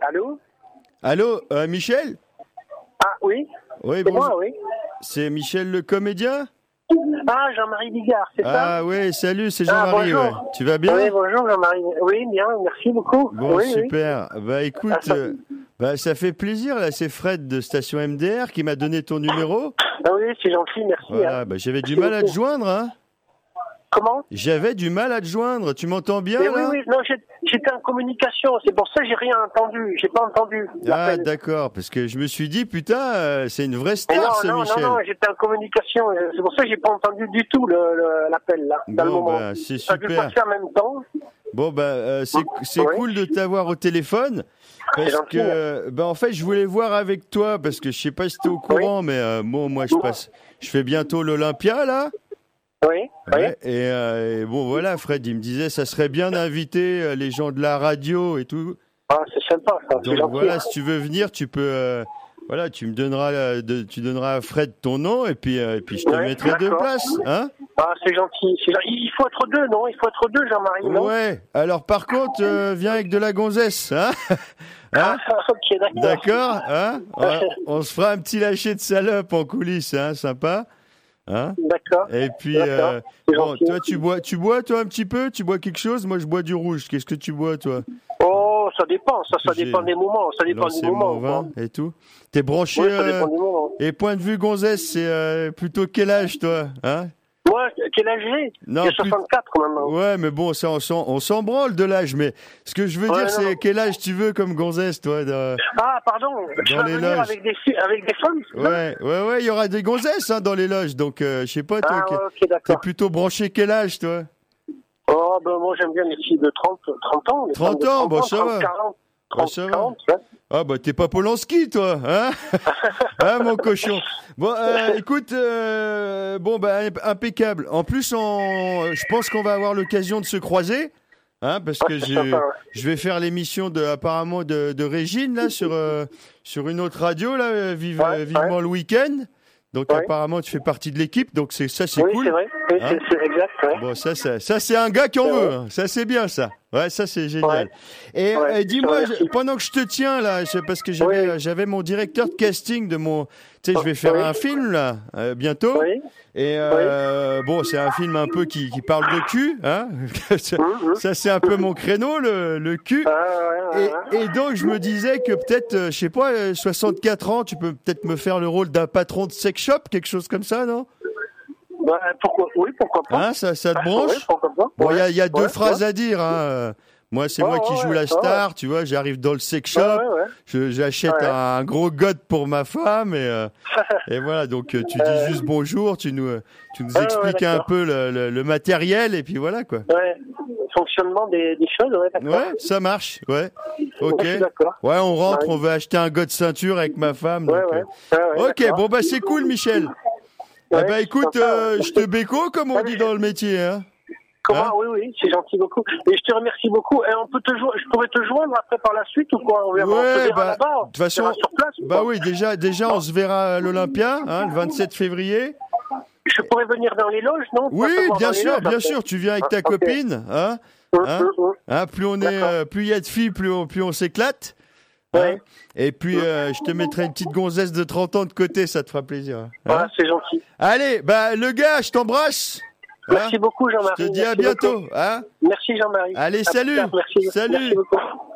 Allô Allô, euh, Michel Ah oui Oui, C'est bonjour. moi, oui. C'est Michel le comédien Ah, Jean-Marie Bigard, c'est ça Ah oui, salut, c'est Ah, Jean-Marie. bonjour. ouais. Tu vas bien Oui, bonjour Jean-Marie. Oui, bien, merci beaucoup. Bon, oui, oui. super. Bah Ah, écoute, ça- euh, bah, ça fait plaisir. Là, c'est Fred de Station MDR qui m'a donné ton numéro. Ah oui, c'est gentil, merci. hein. Voilà, bah, j'avais du mal à te joindre. Hein. Comment J'avais du mal à te joindre. Tu m'entends bien Mais oui, là oui, non, j'ai- j'étais en communication, c'est pour ça que j'ai rien entendu, j'ai pas entendu. Ah l'appel. d'accord, parce que je me suis dit, putain, euh, c'est une vraie Mais star non, ce non, Michel. non, non, j'étais en communication, euh, c'est pour ça que j'ai pas entendu du tout le- le- l'appel, là, dans le Bon, moment. bah, c'est Ça a dû super. passer en même temps. Bon bah euh, c'est c'est Ouais. Ah, cool de t'avoir au téléphone C'est parce gentil, que bah en fait je voulais voir avec toi parce que je sais pas si t'es au courant mais euh, moi moi je passe je fais bientôt l'Olympia là Oui, oui. Ouais, et, euh, et bon voilà Fred il me disait ça serait bien d'inviter euh, les gens de la radio et tout Ah, c'est sympa, ça, c'est donc gentil. voilà si tu veux venir tu peux euh, voilà tu me donneras euh, de- tu donneras à Fred ton nom et puis euh, et puis je te Ouais, mettrai deux d'accord. places hein Ah, c'est gentil. c'est gentil. Il faut être deux, non Il faut être deux, Jean-Marie, non ouais alors par contre euh, viens avec de la gonzesse hein hein Ok, d'accord. D'accord, hein on, on se fera un petit lâcher de salope en coulisses, hein, sympa. Hein D'accord. Et puis, D'accord, euh, c'est bon, gentil. toi, tu bois, tu bois, toi, un petit peu Tu bois quelque chose Moi, je bois du rouge. Qu'est-ce que tu bois, toi Oh, ça dépend, ça, ça J'ai- dépend des moments, ça dépend du Lancez-moi moment. au quoi. vin et tout. T'es branché. Oui, ça euh, dépend du moment. et point de vue gonzesse, c'est euh, plutôt quel âge, toi hein Moi, quel âge j'ai Non, J'ai plus- 64 maintenant. Ouais, mais bon, ça, on s'en on s'en branle de l'âge. Mais ce que je veux Ouais, dire, non, c'est non. quel âge tu veux comme gonzesse, toi dans- Ah, pardon, je Dans vas les venir loges. avec des, fi- avec des femmes c'est ça Ouais, ouais, ouais, il y aura des gonzesses hein, dans les loges. Donc, euh, je sais pas, toi, Ah, que- ouais, ok, T'es d'accord. plutôt branché quel âge, toi Oh, ben moi, j'aime bien les filles de 30, 30 ans. les 30 femmes de ans, bon, ça 30, va. 40. Bon, 30, ça va. 40, ouais. Ah bah t'es pas Polanski, toi, hein Hein, mon cochon Bon, euh, écoute, euh, bon, bah, imp- impeccable. En plus, on, je pense qu'on va avoir l'occasion de se croiser, hein, parce Ah, que c'est j'ai- sympa, ouais. je vais faire l'émission de, apparemment de, de Régine, là, sur, euh, sur une autre radio, là, euh, vive, Ouais, euh, vivement le week-end. Donc Ouais. apparemment, tu fais partie de l'équipe, donc c'est ça, c'est oui, cool. c'est vrai, oui, Hein c'est- c'est exact. ouais. Bon, ça, ça, ça, c'est un gars qui en C'est veut. vrai. hein. Ça, c'est bien, ça. Ouais, ça, c'est génial. Ouais. Et, Ouais, euh, dis-moi, je te je- remercie. pendant que je te tiens, là, c'est parce que j'avais, Oui. euh, j'avais mon directeur de casting de mon. Tu sais, je vais faire Oui. un film, là, euh, bientôt. Oui, Et, euh, bon, c'est un film un peu qui, qui parle de cul, hein. Ça, hum, hum. ça, c'est un peu mon créneau, le, le cul. Ah, ouais, ouais, Et, ouais. et donc, je me disais que peut-être, euh, je sais pas, euh, 64 ans, tu peux peut-être me faire le rôle d'un patron de sex shop, quelque chose comme ça, non Bah, pourquoi, oui, pourquoi pas Hein, ça, ça te Oui, branche pourquoi pas Bon, il y a, il y a deux ouais, phrases à dire. Hein. Euh, Moi, c'est Ouais, moi qui ouais, joue ouais, la ouais. star, tu vois. J'arrive dans le sex shop, Ouais, ouais, ouais. je- j'achète Ouais. un gros god pour ma femme et, euh, et voilà. Donc, euh, tu dis Euh. juste bonjour, tu nous, euh, tu nous Ouais, ouais, expliques un d'accord. peu le, le- le matériel et puis voilà quoi. Ouais, le fonctionnement des, des choses, ouais, d'accord. Ouais, ça marche. Ouais, Ouais, ok. je suis Ouais, d'accord. on rentre, Ouais. on veut acheter un god ceinture avec ma femme. Ouais, donc, ouais. euh, Ouais, ouais, Ok, d'accord. bon bah c'est cool, Michel. Ouais, eh bah c'est écoute, sympa, euh, ouais. je te béco comme on Ouais, dit mais- dans le métier. Hein. Comment hein Oui, oui, c'est gentil beaucoup. Et je te remercie beaucoup. Et on peut te joindre, je pourrais te joindre après par la suite ou quoi On verra, on Ouais, se verra bah, là-bas. de toute façon, on se verra sur place. ou Bah quoi oui, déjà, déjà, on se verra à l'Olympia, hein, le 27 février. Je pourrais venir dans les loges, non Pour Oui, te voir bien dans les sûr, loges, bien après. sûr. Tu viens avec Ah, ta ok. copine, hein, Hum, Hein hum, hum. hein, Plus on est, D'accord. euh, plus il y a de filles, plus on, plus on s'éclate. Ouais. hein. Et puis, euh, je te mettrai une petite gonzesse de 30 ans de côté, ça te fera plaisir. hein. Voilà, c'est gentil. Allez, bah le gars, je t'embrasse. hein. Merci beaucoup, je Jean-Marie. te dis à Merci beaucoup. bientôt. Hein Merci, Jean-Marie. Allez, À plus salut. tard, Merci. Salut. Merci beaucoup.